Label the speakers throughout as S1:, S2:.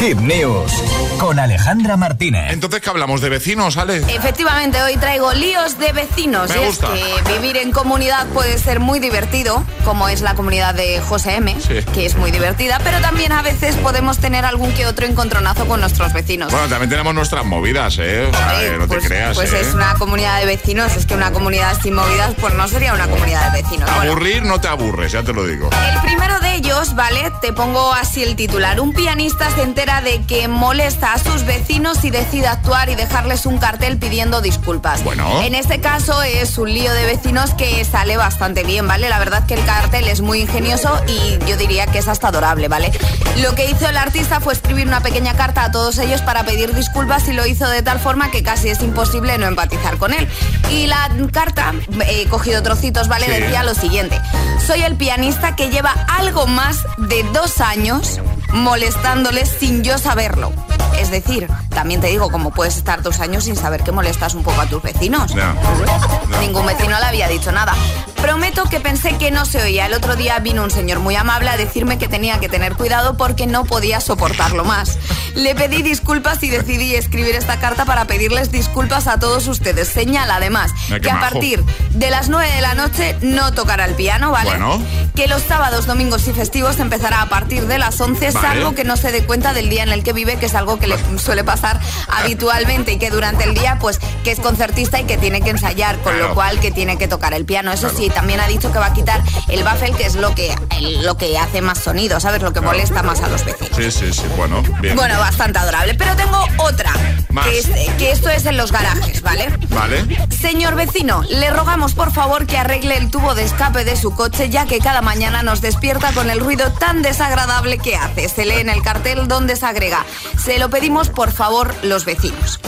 S1: Hit News con Alejandra Martínez.
S2: Entonces, ¿qué hablamos? ¿De vecinos, Ale?
S3: Eh, pues- Efectivamente, hoy traigo líos de vecinos.
S2: Me
S3: y
S2: gusta.
S3: es que vivir en comunidad puede ser muy divertido, como es la comunidad de José M,
S2: Sí.
S3: que es muy divertida, pero también a veces podemos tener algún que otro encontronazo con nuestros vecinos.
S2: Bueno, también tenemos nuestras movidas, ¿eh? O sea,
S3: Hombre,
S2: eh, no te
S3: pues,
S2: creas,
S3: pues
S2: ¿eh?
S3: es una comunidad de vecinos, es que una comunidad sin movidas pues no sería una comunidad de
S2: Ah,
S3: vecinos. Bueno,
S2: Aburrir no te aburres, ya te lo digo.
S3: El primero de ellos, ¿vale? Te pongo así el titular. Un pianista se entera de que molesta a sus vecinos y decide actuar y dejarles un cartel pidiendo disculpas.
S2: Bueno.
S3: En este caso es un lío de vecinos que sale bastante bien, ¿vale? La verdad que el cartel es muy ingenioso y yo diría que es hasta adorable, ¿vale? Lo que hizo el artista fue escribir una pequeña carta a todos ellos para pedir disculpas y lo hizo de tal forma que casi es imposible no empatizar con él. Y la carta, he cogido trocitos, ¿vale?
S2: Sí.
S3: Decía lo siguiente. Soy el pianista que lleva algo más de dos años molestándoles sin yo saberlo. Es decir, también te digo, como puedes estar dos años sin saber que molestas un poco a tus vecinos.
S2: Ya.
S3: Ningún vecino le había dicho nada. Prometo que pensé que no se oía. El otro día vino un señor muy amable a decirme que tenía que tener cuidado porque no podía soportarlo más. Le pedí disculpas y decidí escribir esta carta para pedirles disculpas a todos ustedes. Señala además
S2: Ah, qué
S3: que a
S2: majo.
S3: partir de las 9 de la noche no tocará el piano, ¿vale?
S2: Bueno.
S3: Que los sábados, domingos y festivos empezará a partir de las 11,
S2: Vale.
S3: salvo que no se dé cuenta del día en el que vive, que es algo que le suele pasar habitualmente y que durante el día, pues, que es concertista y que tiene que ensayar, con
S2: Claro.
S3: lo cual que tiene que tocar el piano. Eso
S2: Claro.
S3: sí, también ha dicho que va a quitar el baffle, que es lo que, el- lo que hace más sonido, ¿sabes? Lo que
S2: Claro.
S3: molesta más a los vecinos.
S2: Sí, sí, sí. Bueno, bien.
S3: Bueno, bastante adorable. Pero tengo otra,
S2: Más.
S3: que, es- que esto es en los garajes, ¿vale?
S2: Vale.
S3: Señor vecino, le rogamos por favor que arregle el tubo de escape de su coche ya que cada mañana nos despierta con el ruido tan desagradable que hace. Se lee en el cartel donde se agrega. Se lo pedimos por favor los vecinos.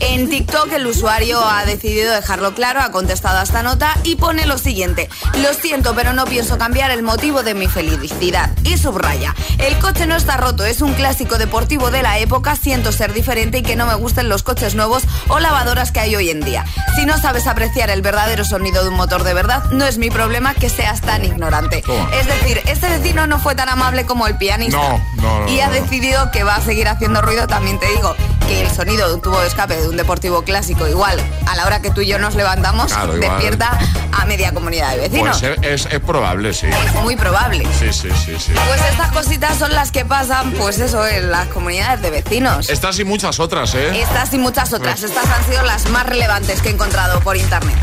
S3: En TikTok el usuario ha decidido dejarlo claro, ha contestado a esta nota y pone lo siguiente. Lo siento, pero no pienso cambiar el motivo de mi felicidad. Y subraya, el coche no está roto, es un clásico deportivo de la época, siento ser diferente y que no me gusten los coches nuevos o lavadoras que hay hoy en día. Si no sabes apreciar el verdadero sonido de un motor de verdad, no es mi problema que seas tan ignorante.
S2: Toma.
S3: Es decir, este vecino no fue tan amable como el pianista.
S2: No, no, no,
S3: Y ha
S2: no, no.
S3: decidido que va a seguir haciendo ruido, también te digo. Que el sonido de un tubo de escape de un deportivo clásico, igual a la hora que tú y yo nos levantamos,
S2: Claro, igual.
S3: despierta a media comunidad de vecinos.
S2: Pues es, es- es probable, sí.
S3: Es muy probable.
S2: Sí, sí, sí, sí.
S3: Pues estas cositas son las que pasan, pues eso, en las comunidades de vecinos.
S2: Estas y muchas otras, ¿eh?
S3: Estas y muchas otras. Estas han sido las más relevantes que he encontrado por internet.